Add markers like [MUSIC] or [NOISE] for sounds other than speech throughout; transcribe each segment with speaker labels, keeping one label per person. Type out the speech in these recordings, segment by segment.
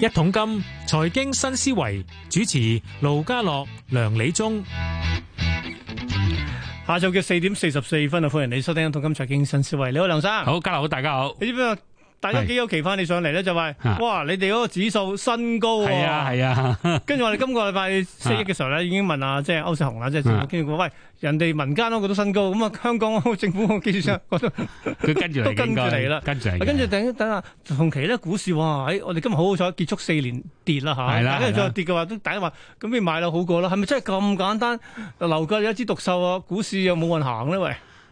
Speaker 1: 一桶金財經新思維主持盧家樂、梁理中。
Speaker 2: 下晝嘅四點四十四分啊，歡迎你收聽《同金財經新思維》。你好，梁生。，
Speaker 3: 好，家樂好，大家好。
Speaker 2: 你知唔知啊？大家幾有期翻你上嚟咧，就係
Speaker 3: 啊
Speaker 2: 哇！你哋嗰個指數新
Speaker 1: 哦
Speaker 2: 高喎
Speaker 3: 係啊，係啊，
Speaker 2: 跟住我哋今
Speaker 3: [LAUGHS]
Speaker 2: 個禮拜四一嘅時候咧，已經問啊，即係歐世雄啦，即係政府經理講，喂，人哋民間都覺得新高，咁啊，香港政府我基本上覺得，
Speaker 3: 佢跟住嚟
Speaker 2: 都
Speaker 3: 嘅
Speaker 2: 跟住
Speaker 3: 應該
Speaker 2: 嚟啦啊
Speaker 3: 跟住嚟嘅。
Speaker 2: 跟住等等下，同期咧股市哇，喺我哋今日好好彩結束四連跌啦嚇，
Speaker 3: 係啦
Speaker 2: 大家
Speaker 3: 係啦
Speaker 2: 再跌嘅話，都大家話咁你買樓好過啦，係咪真係咁簡單？樓價有一枝獨秀啊，股市又冇運行咧，喂，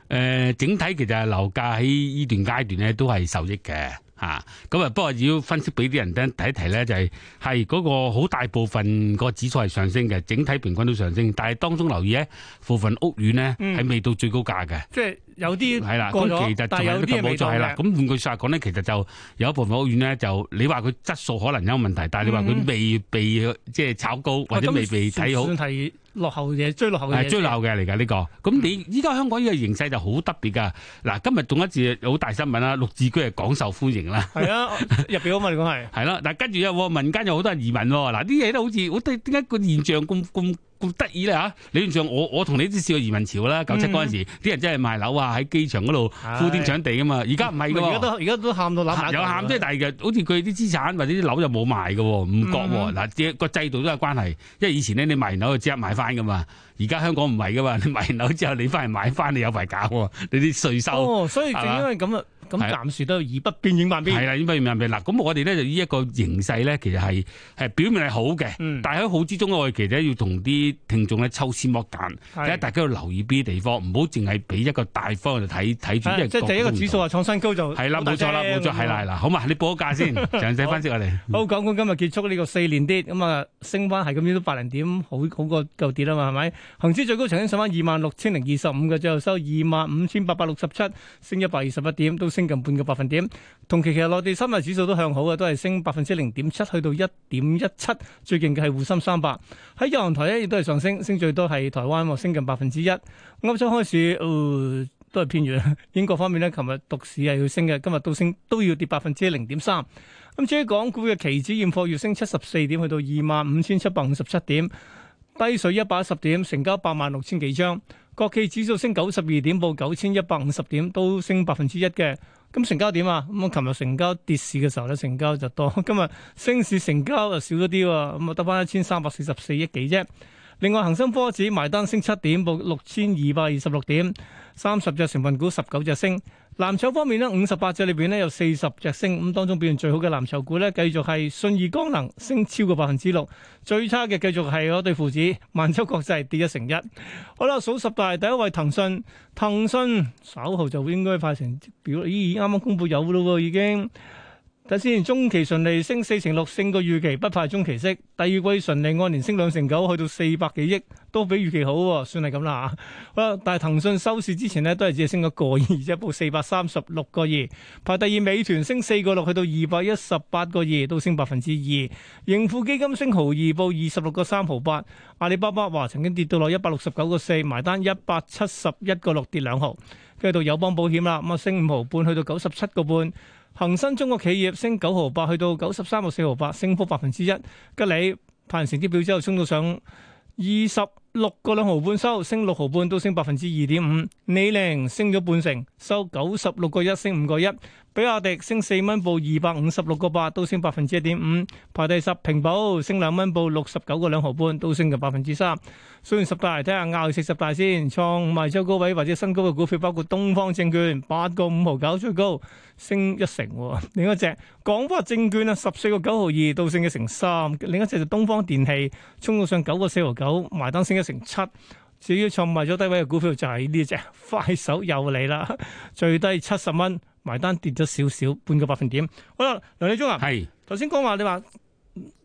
Speaker 3: 誒，整體其實係樓價喺呢段階段咧都係受益嘅嚇。咁啊，不過要分析俾啲人聽睇一睇咧，就係係嗰個好大部分個指數係上升嘅，整體平均都上升。但係當中留意咧，部分屋苑咧
Speaker 2: 嗯
Speaker 3: 係未到最高價嘅。
Speaker 2: 即係有
Speaker 3: 係
Speaker 2: 啲
Speaker 3: 啦，
Speaker 2: 過
Speaker 3: 咁
Speaker 2: 咗
Speaker 3: 其實，仲
Speaker 2: 但係
Speaker 3: 有
Speaker 2: 有
Speaker 3: 啲
Speaker 2: 啲
Speaker 3: 就
Speaker 2: 嘢
Speaker 3: 冇
Speaker 2: 未
Speaker 3: 再
Speaker 2: 到
Speaker 3: 係啦。
Speaker 2: 嘅。啊
Speaker 3: 咁換句説話講咧，其實就有一部分屋苑咧，就你話佢質素可能有問題，但係你話
Speaker 2: 嗯哦
Speaker 3: 佢未被即係炒高或者
Speaker 2: 咁
Speaker 3: 未被睇好
Speaker 2: 算。係落後嘢，追落後嘅嘢。
Speaker 3: 係哎追鬧嘅嚟㗎呢個，
Speaker 2: 嗯
Speaker 3: 咁你依家香港呢個形勢就好特別㗎。嗱，今日仲有一次好大新聞啦，綠置居係廣受歡
Speaker 2: [LAUGHS]
Speaker 3: 迎啦，
Speaker 2: 係啊，入表啊嘛，你講係。
Speaker 3: 係啦。但係跟住又民間有好多人移民喎，嗱啲嘢都好似好得點解個現象咁咁咁得意咧嚇？理論上我我同你都試過移民潮啦，九七嗰陣
Speaker 2: 嗯
Speaker 3: 時啲人真係賣樓啊，喺機場嗰度 [LAUGHS] 呼天搶地㗎嘛，而家唔係㗎
Speaker 2: 而家
Speaker 3: 喎。
Speaker 2: 都而家都喊到攬埋一嚿
Speaker 3: 有喊即係，但係嘅好似佢啲資產或者啲樓又冇賣嘅喎，唔覺喎。
Speaker 2: 嗯
Speaker 3: 嗱、即係個制度都有關係，因為以前咧你賣完樓就即刻買翻噶嘛，而家香港唔係噶嘛，你 [LAUGHS] 賣完樓之後你翻嚟買翻，你有排搞喎，你啲税收。
Speaker 2: 哦，所以正因為咁啊，咁
Speaker 3: 係
Speaker 2: 暫時都以不變應萬
Speaker 3: 係啊
Speaker 2: 變。
Speaker 3: 啦，因為明白嗱，咁我哋咧就呢一個形勢咧，其實係係表面係好嘅，
Speaker 2: 嗯，
Speaker 3: 但係喺好之中，我哋其實咧要同啲聽眾咧抽絲剝繭，睇下
Speaker 2: 係
Speaker 3: 大家要留意邊啲地方，唔好淨係俾一個大方向嚟睇睇住，因為
Speaker 2: 係即係第一個
Speaker 3: 各
Speaker 2: 指數話創新高就
Speaker 3: 係啦，冇錯啦，
Speaker 2: 啊
Speaker 3: 冇錯，係啦，係。啦，好嘛，你報個
Speaker 2: [LAUGHS]
Speaker 3: 價先，詳細分析我哋。
Speaker 2: 好，港股今日結束呢個四連跌，咁啊升翻係咁樣都百零點，好好過舊跌啦嘛，係咪？恒指最高曾經上翻二萬六千零二十五嘅，最後收二萬五千八百六十七，升一百二十一點，都升近半個百分點。同期其實內地三大指數都向好嘅，都係升百分之零點七，去到一點一七。最勁嘅係滬深三百。喺日韓台咧，亦都係上升，升最多係台灣喎，升近百分之一。歐洲開市，呃都係偏軟。英國方面咧，琴日獨市係要升嘅，今日都升都要跌百分之零點三。咁至於港股嘅期指現貨，要升七十四點，去到二萬五千七百五十七點，低水一百一十點，成交八萬六千幾張。國企指數升九十二點，報九千一百五十點，都升百分之一嘅。咁成交點啊？咁我琴日成交跌市嘅時候咧，成交就多。 [LAUGHS] 今日升市成交就少咗啲喎，咁啊得翻一千三百四十四億幾啫。另外，恒生科指埋單升七點，報六千二百二十六點，三十隻成分股十九隻升。藍籌方面呢，五十八隻裏邊呢有四十隻升，咁當中表現最好嘅藍籌股呢，繼續係信義光能升超過百分之六，最差嘅繼續係嗰對父子萬洲國際跌一成一。好啦，數十大第一位騰訊，騰訊稍後就應該快成績表，咦啱啱公佈有咯喎已經。睇先，中期純利升四成六，勝過預期，不派中期息。第二季純利按年升兩成九，去到四百幾億，都比預期好喎，算係咁啦嚇。好啦，但係騰訊收市之前呢，都係只係升咗個二，而 [LAUGHS] 且報四百三十六個二。排第二，美團升四個六，去到二百一十八個二，都升百分之二。盈富基金升毫二，報二十六個三毫八。阿里巴巴話曾經跌到落一百六十九個四，埋單一百七十一個六，跌兩毫。跟住到友邦保險啦，咁啊升五毫半，去到九十七個半。恒生中國企業升九毫八，去到九十三個四毫八，升幅百分之一。吉利派完成績表之後，衝到上二十六個兩毫半收，升六毫半，都升百分之二點五。李寧升咗半成，收九十六個一，升五個一。比亞迪升四蚊，報二百五十六個八，都升百分之一點五。排第十，平保升兩蚊，報六十九個兩毫半，都升近百分之三。雖然十大睇下拗食十大先，創五十周高位或者新高嘅股票包括東方證券八個五毫九最高，升一成喎。 [LAUGHS] 另一隻廣發證券啊，十四個九毫二到升一成三。另一隻就東方電器，衝到上九個四毫九，埋單升一成七。至於創埋咗低位嘅股票就係呢只快手又嚟啦， [LAUGHS] 最低七十蚊，埋單跌咗少少，半個百分點。好啦，梁理中啊，
Speaker 3: 係。
Speaker 2: 頭先講話你話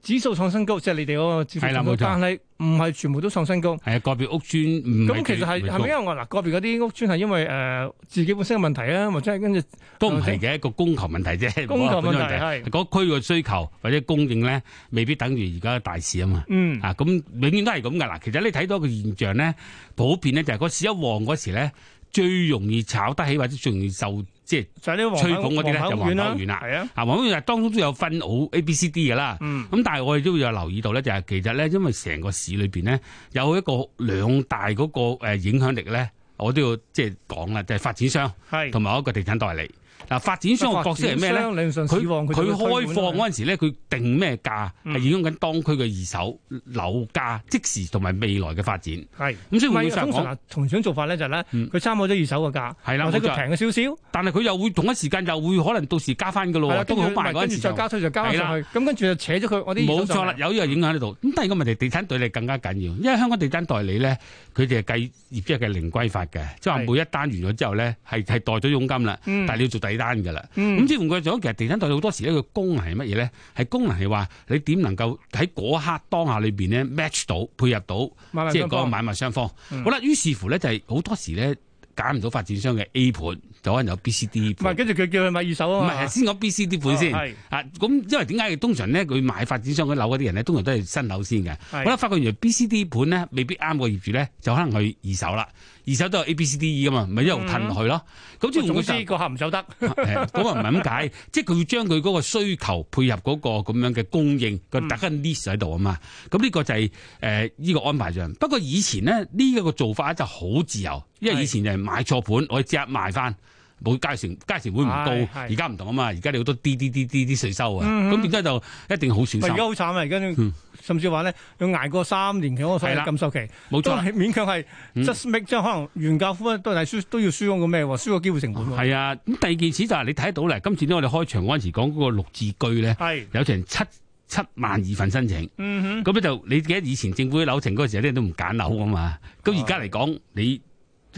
Speaker 2: 指數創新高，即係你哋嗰個指數
Speaker 3: 係啦
Speaker 2: 創新高
Speaker 3: 冇錯
Speaker 2: 但係唔係全部都創新高。
Speaker 3: 係啊，個別屋村唔
Speaker 2: 咁其實係係咪因為我嗱個別嗰啲屋村係因為誒、呃自己本身嘅問題啊，或者係跟住
Speaker 3: 都唔係嘅，個供求
Speaker 2: [LAUGHS]
Speaker 3: 問題啫，
Speaker 2: 供求問題
Speaker 3: 唔好話本身問題嗰區嘅需求或者供應咧，未必等於而家嘅大市啊嘛。
Speaker 2: 嗯
Speaker 3: 啊，咁永遠都係咁噶嗱。其實你睇到一個現象咧，普遍咧就係個市一旺嗰時咧，最容易炒得起或者最容易受即係
Speaker 2: 就係呢個
Speaker 3: 吹捧嗰啲咧就
Speaker 2: 黃
Speaker 3: 黃口丸啦
Speaker 2: 係啊，
Speaker 3: 啊黃金當中都有分好 A、B、C、D 嘅啦。
Speaker 2: 嗯，
Speaker 3: 咁但係我哋都有留意到咧，就係其實咧，因為成個市裏邊咧有一個兩大嗰個誒影響力咧，我都要即係講啦，就係、發展商
Speaker 2: 係。
Speaker 3: 同埋一個地產代理。
Speaker 2: 嗯
Speaker 3: 嗱，發展商嘅角色係咩咧？
Speaker 2: 理論上
Speaker 3: 佢
Speaker 2: 市旺
Speaker 3: 佢
Speaker 2: 就會推
Speaker 3: 開
Speaker 2: 盤
Speaker 3: 放
Speaker 2: 啊嘛
Speaker 3: 嗰陣時咧，佢定咩價
Speaker 2: 嗯
Speaker 3: 係影響緊當區嘅二手樓價即時同埋未來嘅發展。
Speaker 2: 係。
Speaker 3: 咁所以
Speaker 2: 唔
Speaker 3: 換
Speaker 2: 係
Speaker 3: 句上
Speaker 2: 通常
Speaker 3: 講，
Speaker 2: 啊，同樣做法咧就係咧，
Speaker 3: 嗯
Speaker 2: 佢參考咗二手嘅價，
Speaker 3: 係啦，
Speaker 2: 或者
Speaker 3: 冇
Speaker 2: 佢
Speaker 3: 錯
Speaker 2: 平咗少少，
Speaker 3: 但係佢又會同一時間又會可能到時加翻嘅
Speaker 2: 係啦啊
Speaker 3: 咯，都
Speaker 2: 跟
Speaker 3: 好
Speaker 2: 住
Speaker 3: 賣
Speaker 2: 咪
Speaker 3: 嗰
Speaker 2: 跟
Speaker 3: 陣
Speaker 2: 住
Speaker 3: 時
Speaker 2: 再
Speaker 3: 就
Speaker 2: 加推就加翻
Speaker 3: 係啦
Speaker 2: 上去，咁跟住就扯咗佢我啲二
Speaker 3: 冇
Speaker 2: 手上
Speaker 3: 錯啦
Speaker 2: 嚟，
Speaker 3: 有呢個影響喺度。咁第二個問題，地產代理更加緊要，因為香港地產代理咧，佢哋係計業績嘅零規法嘅，即係話
Speaker 2: 係
Speaker 3: 每一單完咗之後咧，係係袋咗佣金啦，
Speaker 2: 嗯
Speaker 3: 但係你要做第二單㗎啦。咁
Speaker 2: 嗯，
Speaker 3: 之換句講，其實地產代理好多時咧，佢功能係乜嘢咧？係功能係話你點能夠喺嗰一刻當下裏邊咧 match 到配合到，
Speaker 2: 買賣
Speaker 3: 即係嗰
Speaker 2: 啊雙
Speaker 3: 個
Speaker 2: 方
Speaker 3: 買賣雙方。
Speaker 2: 嗯
Speaker 3: 好啦，於是乎咧就係好多時咧揀唔到發展商嘅 A 盤，就可能有 B、C、D
Speaker 2: 唔係
Speaker 3: 盤。
Speaker 2: 跟住佢叫佢買二手
Speaker 3: 唔
Speaker 2: 啊嘛
Speaker 3: 係，，先講 B、C、D 盤先。
Speaker 2: 係
Speaker 3: 啊，咁因為點解通常咧佢買發展商嗰啲樓嗰啲人咧，通常都係新樓先嘅。
Speaker 2: 係
Speaker 3: 好啦，發覺原來 B、C、D 盤咧未必啱個業主咧，就可能去二手啦。二手都有 A、B、C、D、E E 噶嘛，咪一路褪落去咯。咁即係
Speaker 2: 哦
Speaker 3: 換
Speaker 2: 總
Speaker 3: 句
Speaker 2: 之
Speaker 3: 就
Speaker 2: 個客唔走得，
Speaker 3: [LAUGHS] 誒咁啊唔係咁解，即係佢要將佢嗰個需求配合嗰個咁樣嘅供應個
Speaker 2: 嗯
Speaker 3: 特登 list 喺度啊嘛。咁呢個就係誒呢個安排上。不過以前咧呢一個做法就好自由，因為以前就係買錯盤，我即刻賣翻。冇價錢，價錢會唔高
Speaker 2: 係係，
Speaker 3: 而家唔同啊嘛，而家你好多啲啲啲啲啲税收啊，
Speaker 2: 嗯嗯
Speaker 3: 咁變咗就一定好小心
Speaker 2: 咪，而家好慘啊！而家
Speaker 3: 嗯
Speaker 2: 甚至話咧要捱過三年期嗰個所
Speaker 3: 係
Speaker 2: 謂
Speaker 3: 啦
Speaker 2: 禁售期，都
Speaker 3: 冇錯啦，
Speaker 2: 係勉強係
Speaker 3: 嗯
Speaker 2: just make，即係可能原價付都係輸都要輸嗰個咩喎，輸個機會成本喎，
Speaker 3: 係啊。咁第二件事就係你睇到咧，今次咧我哋開場嗰陣時講嗰個綠置居咧，
Speaker 2: 係，
Speaker 3: 有成七七萬二份申請。
Speaker 2: 嗯哼，
Speaker 3: 咁咧就你記得以前政府啲樓程嗰陣時，啲人都唔揀樓噶啊嘛。
Speaker 2: 啊
Speaker 3: 咁而家嚟講，你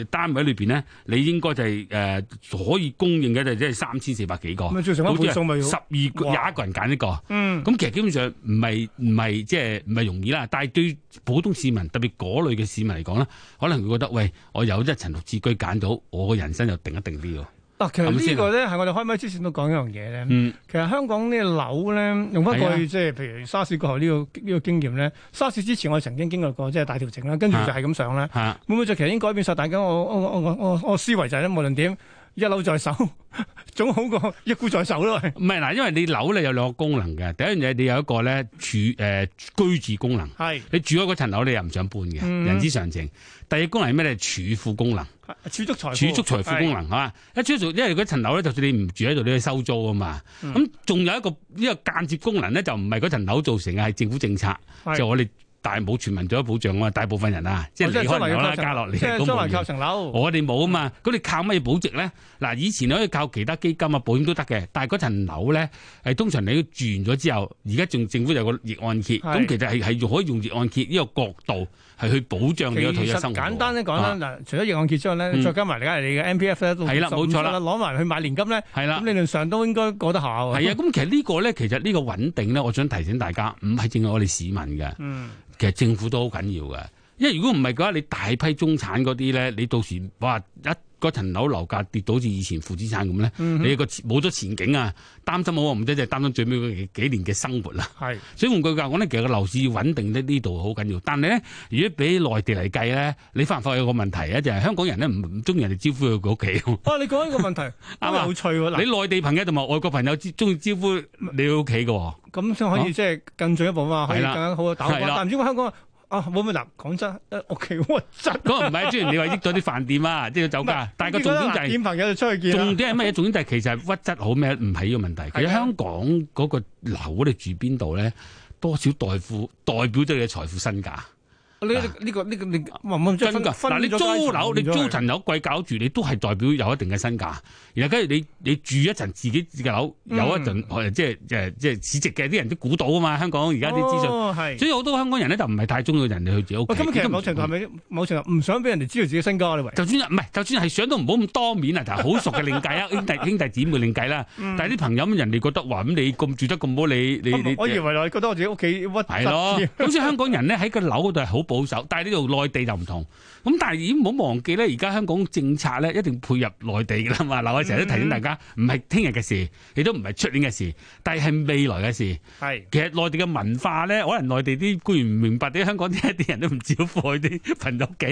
Speaker 3: 單位裏邊咧，你應該就係、誒、可以供應嘅就即係三千四百幾個，
Speaker 2: 咁咪做成一倍數咪要
Speaker 3: 十二個
Speaker 2: 哇
Speaker 3: 廿一個人揀一個。
Speaker 2: 嗯，
Speaker 3: 咁其實基本上唔係唔係即係唔係容易啦，但係對普通市民特別嗰類嘅市民嚟講咧，可能佢覺得喂，我有一層綠置居揀到，我個人生就定一定啲喎。
Speaker 2: 嗱，其
Speaker 3: 係咪
Speaker 2: 實呢
Speaker 3: 先啊
Speaker 2: 個咧係我哋開咪之前都講一樣嘢咧。
Speaker 3: 嗯，
Speaker 2: 其實香港呢個樓咧，用翻過
Speaker 3: 係啊
Speaker 2: 去即係譬如沙士過後呢、個呢、個經驗咧，沙士之前我哋曾經經歷過即係大調整啦，跟
Speaker 3: 啊
Speaker 2: 住就係咁上啦。
Speaker 3: 嚇、
Speaker 2: 會唔會就其實已經改變晒大家我我我我我我思維就係咧，無論點一樓在手， [LAUGHS] 總好過一沽在手咯。喂
Speaker 3: 唔係嗱，因為你樓咧有兩個功能嘅，第一樣嘢你有一個咧住誒、居住功能。
Speaker 2: 係
Speaker 3: 你住咗嗰層樓，你又唔想搬嘅，
Speaker 2: 嗯
Speaker 3: 人之常情。第二功能係咩咧？儲富功能，
Speaker 2: 啊儲蓄財富，
Speaker 3: 儲蓄財富功能，係嘛？一儲蓄，因為嗰層樓咧，就算你唔住喺度，你去收租啊嘛。
Speaker 2: 嗯
Speaker 3: 咁仲、有一個呢個間接功能咧，就唔係嗰層樓造成嘅，係政府政策，
Speaker 2: 係
Speaker 3: 就我哋大冇全民做咗保障啊嘛，大部分人啊，即係
Speaker 2: 哦係
Speaker 3: 你
Speaker 2: 將
Speaker 3: 可
Speaker 2: 來
Speaker 3: 能
Speaker 2: 要
Speaker 3: 有
Speaker 2: 靠
Speaker 3: 啦，
Speaker 2: 層
Speaker 3: 加落你
Speaker 2: 即
Speaker 3: 係
Speaker 2: 係
Speaker 3: 公
Speaker 2: 將
Speaker 3: 務
Speaker 2: 來靠
Speaker 3: 員。
Speaker 2: 層樓。
Speaker 3: 我哋冇啊嘛，咁你靠乜嘢保值咧？嗱，以前你可以靠其他基金啊、保險都得嘅，但係嗰層樓咧，係通常你住完咗之後，而家仲政府有個逆按揭，
Speaker 2: 係
Speaker 3: 咁其實係係可以用逆按揭呢個角度係去保障
Speaker 2: 其
Speaker 3: 你嘅退休
Speaker 2: 實
Speaker 3: 生活喎。
Speaker 2: 簡單啲講啦，
Speaker 3: 啊，
Speaker 2: 嗱，除咗逆按揭之外咧，
Speaker 3: 嗯
Speaker 2: 再加埋而家係你嘅 M P F 咧，到
Speaker 3: 係啦冇錯啦
Speaker 2: 15%攞埋去買年金咧，
Speaker 3: 係啦
Speaker 2: 咁。理論上都應該過得下喎。
Speaker 3: 係啊，咁其實呢個咧，其實呢個穩定咧，我想提醒大家，唔係淨係我哋市民嘅，
Speaker 2: 嗯。
Speaker 3: 其實政府都好緊要嘅。因為如果唔係嘅話，你大批中產嗰啲咧，你到時哇一嗰層樓樓價跌到好似以前負資產咁咧，
Speaker 2: 嗯哼
Speaker 3: 你個冇咗前景啊，擔心我唔知就係擔心最尾嗰幾年嘅生活啦。
Speaker 2: 係
Speaker 3: 所以換句話講咧，其實個樓市要穩定咧，呢度好緊要。但係咧，如果比內地嚟計咧，你發唔發覺有個問題咧，就係、香港人咧唔唔中意人哋招呼佢屋企。
Speaker 2: 啊！你講呢個
Speaker 3: [LAUGHS]
Speaker 2: 問題
Speaker 3: 啊
Speaker 2: 好有趣喎。
Speaker 3: 你
Speaker 2: 嗱，
Speaker 3: 內地朋友同埋外國朋友中意招呼你屋企嘅喎，
Speaker 2: 咁先可以即係更進一步嘛，可以
Speaker 3: 啊係
Speaker 2: 更
Speaker 3: 啦
Speaker 2: 加好嘅啊打
Speaker 3: 係
Speaker 2: 關。
Speaker 3: 啦
Speaker 2: 但唔知香港啊，會唔會嗱？講真，誒屋企屈質，
Speaker 3: 咁唔係雖然你話益咗啲飯店啊，即係酒
Speaker 2: 唔
Speaker 3: 家，但係個重點就係、
Speaker 2: 見朋友就出去見
Speaker 3: 重
Speaker 2: 啦。
Speaker 3: 點係乜嘢？重點就係其實係屈質好咩？唔係呢個問題。其
Speaker 2: 係啊
Speaker 3: 實香港嗰個樓你住邊度咧，多少代富代表咗你嘅財富身價。
Speaker 2: 呢呢個呢個你唔唔即係
Speaker 3: 真
Speaker 2: 分
Speaker 3: 㗎，
Speaker 2: 分
Speaker 3: 嗱你
Speaker 2: 咗
Speaker 3: 租
Speaker 2: 階
Speaker 3: 樓，
Speaker 2: 層
Speaker 3: 你租
Speaker 2: 咗佢
Speaker 3: 層樓貴搞住，你都係代表有一定嘅身價。然後跟住你你住一層自己嘅樓，有一
Speaker 2: 嗯
Speaker 3: 層誒即係誒即係市值嘅，啲人都估到啊嘛。香港而家啲資訊，
Speaker 2: 哦係。
Speaker 3: 所以好多香港人咧就唔係太中意人哋去自己屋
Speaker 2: 喂，
Speaker 3: 企。
Speaker 2: 咁其實
Speaker 3: 都唔
Speaker 2: 某程度係咪某程度唔想俾人哋知道自己身家你喂？
Speaker 3: 就算唔係，就算係想都唔好咁多面啊！但係好熟嘅另計啊，兄弟兄弟姊妹另計啦。但係啲朋友咁人哋覺得話咁你咁住得咁好，你你你
Speaker 2: 我以為我覺得我自己屋企屈
Speaker 3: 係咯
Speaker 2: 質，
Speaker 3: 咁所以香港人咧喺個樓嗰度係好保保守，但係呢度內地就唔同。咁但係已經唔好忘記咧，而家香港政策咧一定配合內地㗎啦嘛。嗱，我成日都提醒大家，唔係聽日嘅事，亦都唔係出年嘅事，但係係未來嘅事。
Speaker 2: 係
Speaker 3: 其實內地嘅文化咧，可能內地啲官員唔明白啲，香港啲一啲人都唔招呼佢啲朋友屋企。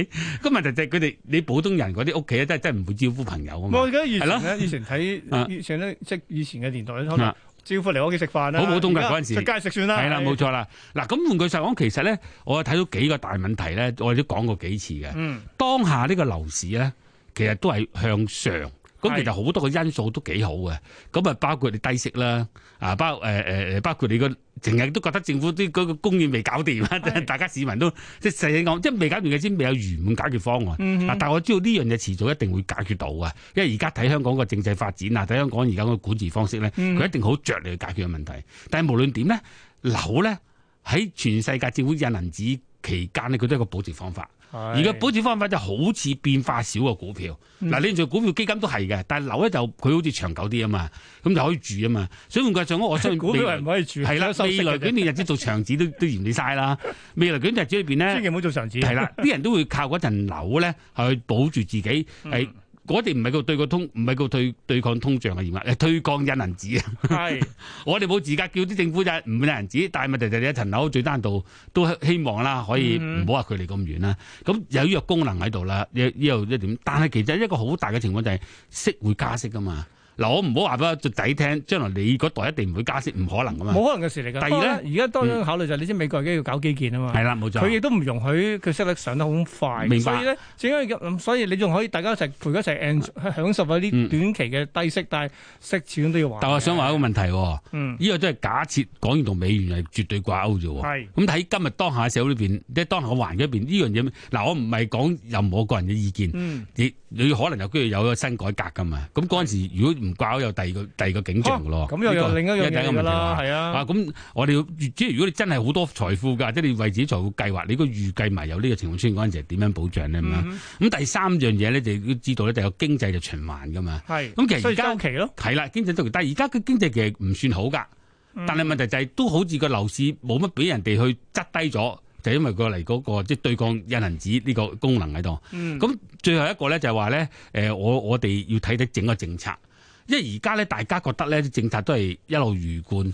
Speaker 3: 咁問題就係佢哋你普通人嗰啲屋企咧，真係真係唔會招呼朋友啊嘛
Speaker 2: 我。記得以前
Speaker 3: 係
Speaker 2: 咧，以前
Speaker 3: [LAUGHS] 啊
Speaker 2: 睇以前咧，即係以前嘅年代咧，可能
Speaker 3: 啊
Speaker 2: 招呼嚟我屋企食飯啦，
Speaker 3: 好普通㗎
Speaker 2: 而家
Speaker 3: 嗰陣時
Speaker 2: 出街食算啦，
Speaker 3: 係啦，
Speaker 2: 係
Speaker 3: 冇。錯啦。嗱，咁換句實講，其實咧，我睇到幾個大問題咧，我哋都講過幾次嘅。
Speaker 2: 嗯，
Speaker 3: 當下呢個樓市咧，其實都係向上。咁
Speaker 2: 係
Speaker 3: 其實好多個因素都幾好嘅，咁啊包括你低息啦，啊包誒誒誒包括你個成日都覺得政府啲嗰個供應未搞掂啊
Speaker 2: 係
Speaker 3: [LAUGHS] 大家市民都即係細聲講，即係未搞掂嘅先未有圓滿解決方案。
Speaker 2: 嗯
Speaker 3: 嗱，
Speaker 2: 哼
Speaker 3: 但係我知道呢樣嘢遲早一定會解決到嘅，因為而家睇香港個政制發展啊，睇香港而家個管治方式咧，
Speaker 2: 嗯
Speaker 3: 佢一定好着力去解決嘅問題。但係無論點咧，樓咧喺全世界政府印銀紙期間咧，佢都係一個保值方法。而個保值方法就好似變化少嘅股票。
Speaker 2: 嗯
Speaker 3: 嗱、你做股票基金都係嘅，但係樓咧就佢好似長久啲啊嘛，咁就可以住啊嘛。所以換句話講，我相
Speaker 2: [LAUGHS]
Speaker 3: 信
Speaker 2: 股
Speaker 3: 未
Speaker 2: 票
Speaker 3: 來
Speaker 2: 係唔可以住，
Speaker 3: 係啦
Speaker 2: 有，收息
Speaker 3: 未
Speaker 2: 嘅
Speaker 3: 來嗰
Speaker 2: 啫
Speaker 3: 段日子做
Speaker 2: [LAUGHS]
Speaker 3: 長子都都嫌你嘥啦。未來嗰段日子裏邊咧
Speaker 2: 千。祈唔好做長子。
Speaker 3: 係啦，啲人都會靠嗰層樓咧去保住自己
Speaker 2: 嗯
Speaker 3: 係。我哋唔係個對個通，唔係個對對抗通脹嘅嚴格，係對抗印銀紙啊！
Speaker 2: 係
Speaker 3: 我哋冇資格叫啲政府印唔印銀紙，但係問題就係你一層樓最低限度都希望啦，可以
Speaker 2: 嗯
Speaker 3: 唔好話距離咁遠啦。咁有呢個功能喺度啦，呢呢度一點。但係其實一個好大嘅情況就係息會加息噶嘛。嗱，我唔好話俾我仔聽，將來你嗰代一定唔會加息，唔可能噶嘛。
Speaker 2: 冇可能嘅事嚟㗎。
Speaker 3: 第二呢嗯
Speaker 2: 不過咧，而家當然考慮就係你知美國而家要搞基建啊嘛。
Speaker 3: 係啦，冇錯。
Speaker 2: 佢亦都唔容許佢息率上得好快，
Speaker 3: 明白
Speaker 2: 所以咧，正因為咁，所以你仲可以大家一齊陪佢一齊 en- 享受嗰啲
Speaker 3: 嗯
Speaker 2: 短期嘅低息，但係息始終都要還。
Speaker 3: 但我想話一個問題喎。
Speaker 2: 嗯，
Speaker 3: 呢個都係假設港元同美元係絕對掛鈎啫喎。
Speaker 2: 係
Speaker 3: 咁睇今日當下嘅社會裏邊，即係當下嘅環境裏邊，呢樣嘢嗱，我唔係講任何個人嘅意見，
Speaker 2: 嗯，
Speaker 3: 亦你可能有機會有一個新改革噶嘛。咁嗰陣時如果唔掛鈎，有第二個第二個景象噶咯。
Speaker 2: 哦咁又有
Speaker 3: 呢個
Speaker 2: 另一樣
Speaker 3: 呢個第
Speaker 2: 嘢
Speaker 3: 個
Speaker 2: 㗎
Speaker 3: 問題
Speaker 2: 啦，
Speaker 3: 啦
Speaker 2: 係
Speaker 3: 啊，
Speaker 2: 啊，
Speaker 3: 咁我哋要即係如果你真係好多財富㗎，即係你為自己財富計劃，你都預計埋有呢個情況出現嗰陣時，點樣保障咧咁啊樣？
Speaker 2: 嗯
Speaker 3: 咁第三樣嘢咧，就要知道咧，就有經濟嘅循環噶嘛。
Speaker 2: 係。
Speaker 3: 咁其實
Speaker 2: 所
Speaker 3: 而
Speaker 2: 以
Speaker 3: 家
Speaker 2: 周期咯，
Speaker 3: 係啦，經濟周期，但係而家嘅經濟其實唔算好㗎。
Speaker 2: 嗯
Speaker 3: 但係問題就係、都好似個樓市冇乜俾人哋去質低咗，就因為佢嚟嗰個即係對抗印銀紙呢個功能喺度。
Speaker 2: 嗯
Speaker 3: 咁最後一個咧就係話咧，誒我我哋要睇睇整個政策，因為而家咧大家覺得咧啲政策都係一路如貫，誒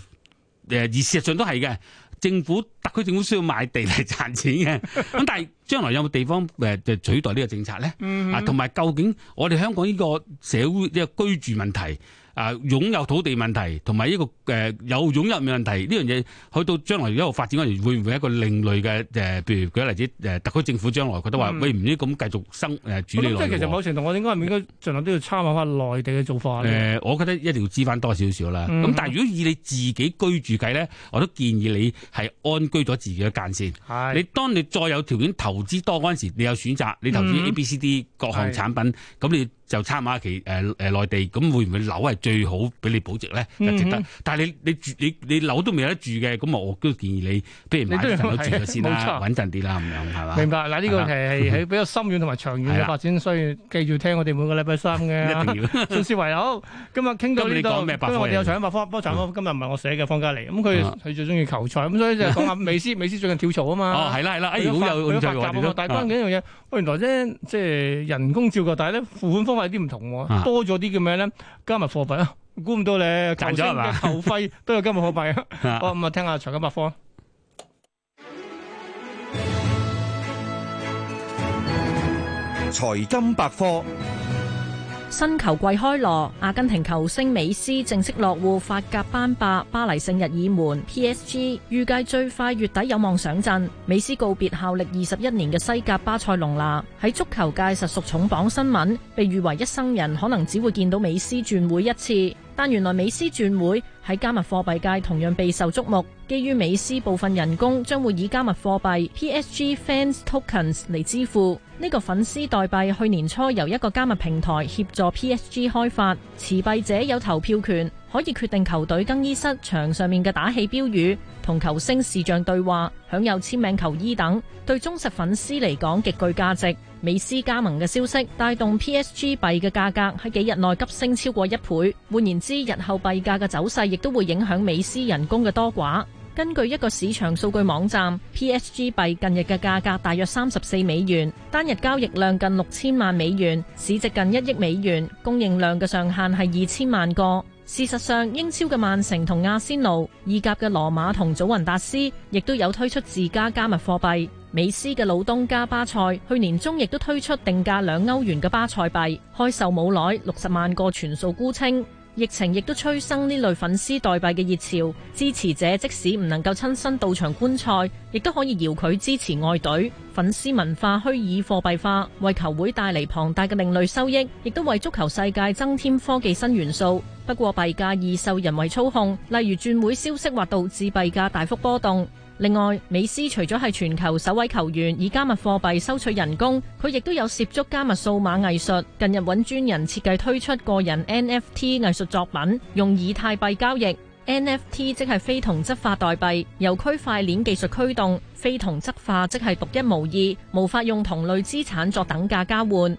Speaker 3: 而事實上都係嘅。政府特區政府需要賣地嚟賺錢嘅，咁但係將來有冇地方誒就取代呢個政策咧？
Speaker 2: 嗯
Speaker 3: 啊，同埋究竟我哋香港呢個社會呢個居住問題啊，擁有土地問題，同埋呢個誒、呃有擁有嘅問題呢樣嘢，去到將來一路發展嗰陣時，會唔會係一個另類嘅誒？呃譬如舉例子誒，特區政府將來覺得話，
Speaker 2: 嗯
Speaker 3: 喂唔應該咁繼續生
Speaker 2: 哦
Speaker 3: 呃誒
Speaker 2: 咁
Speaker 3: 處理
Speaker 2: 即
Speaker 3: 落去
Speaker 2: 係其實
Speaker 3: 喎。嗯
Speaker 2: 某程度我哋應該係咪應該盡量都要參考翻內地嘅做法咧？
Speaker 3: 誒，呃我覺得一定要知翻多少少啦。咁、
Speaker 2: 嗯
Speaker 3: 但係如果以你自己居住計咧，我都建議你係安居咗自己嘅間先。
Speaker 2: 係
Speaker 3: 你當你再有條件投資多嗰陣時，你有選擇，你投資
Speaker 2: 嗯
Speaker 3: A、B、C、D 各項產品，咁你就參考其誒誒內地，咁會唔會樓係最好俾你保值咧？就值得
Speaker 2: 嗯。
Speaker 3: 但係你你住你你樓都未有得住嘅，咁我都建議你，不如買
Speaker 2: 你都要
Speaker 3: 啲層樓住咗先啦，
Speaker 2: 係
Speaker 3: 穩陣啲啦，咁樣係嘛？
Speaker 2: 明白嗱，呢個
Speaker 3: 係啦
Speaker 2: 係係比較深遠同埋長遠
Speaker 3: 係
Speaker 2: 嘅
Speaker 3: 啦
Speaker 2: 發展，所以記住聽我哋每個禮拜三嘅
Speaker 3: [LAUGHS] 一定要。
Speaker 2: 宋思維好，今日傾到
Speaker 3: 嗯今日
Speaker 2: 呢
Speaker 3: 你
Speaker 2: 度，
Speaker 3: 講咩百科嚟嗯
Speaker 2: 我哋有財經百科，不過財經百科今日唔係我寫嘅，方家嚟，咁佢
Speaker 3: 啊
Speaker 2: 佢最中意球賽，咁所以就
Speaker 3: [LAUGHS]
Speaker 2: 講下美斯，美斯最近跳槽啊嘛。
Speaker 3: 哦，係啦係啦，哎，如果有
Speaker 2: 佢都
Speaker 3: 興趣
Speaker 2: 發
Speaker 3: 嘅話，
Speaker 2: 夾
Speaker 3: 你
Speaker 2: 啊嘛
Speaker 3: 都
Speaker 2: 但係關鍵一樣嘢，喂，原來咧即係人工照顧，但係咧付款方法有啲唔同喎，
Speaker 3: 啊
Speaker 2: 多咗啲叫咩咧？加密貨幣啊，估唔到咧，球
Speaker 3: 賺咗
Speaker 2: 星
Speaker 3: 係嘛
Speaker 2: 嘅球費都有加密貨幣啊！
Speaker 3: [LAUGHS] 啊
Speaker 2: 好，咁啊，聽下財經百科啊。
Speaker 4: 財金百科。
Speaker 5: 新球季開鑼，阿根廷球星美斯正式落戶法甲班霸巴黎聖日耳門 （PSG），預計最快月底有望上陣。美斯告別效力二十一年嘅西甲巴塞隆拿，喺足球界實屬重磅新聞，被譽為一生人可能只會見到美斯轉會一次。但原來美斯轉會喺加密貨幣界同樣備受矚目。基於美斯部分人工將會以加密貨幣 PSG Fans Tokens 嚟支付，呢個粉絲代幣去年初由一個加密平台協助 PSG 開發，持幣者有投票權，可以決定球隊更衣室牆上面嘅打氣標語、同球星視像對話、享有簽名球衣等，對忠實粉絲嚟講極具價值。美斯加盟嘅消息帶動 PSG 幣嘅價格喺幾日內急升超過一倍。換言之，日後幣價嘅走勢亦都會影響美斯人工嘅多寡。根據一個市場數據網站，PSG 幣近日嘅價格大約三十四美元，單日交易量近六千萬美元，市值近一億美元，供應量嘅上限係二千萬個。事實上，英超嘅曼城同阿仙奴，意甲嘅羅馬同祖雲達斯，亦都有推出自家加密貨幣。美斯嘅老東家巴塞去年中亦都推出定價兩歐元嘅巴塞幣，開售冇耐六十萬個全數沽清。疫情亦都催生呢類粉絲代幣嘅熱潮，支持者即使唔能夠親身到場觀賽，亦都可以搖佢支持外隊。粉絲文化虛擬貨幣化，為球會帶嚟龐大嘅另類收益，亦都為足球世界增添科技新元素。不過幣價易受人為操控，例如轉會消息或導致幣價大幅波動。另外，美斯除咗係全球首位球員以加密貨幣收取人工，佢亦都有涉足加密數碼藝術。近日揾專人設計推出個人 NFT 藝術作品，用以太幣交易。NFT 即係非同質化代幣，由區塊鏈技術驅動。非同質化即係獨一無二，無法用同類資產作等價交換。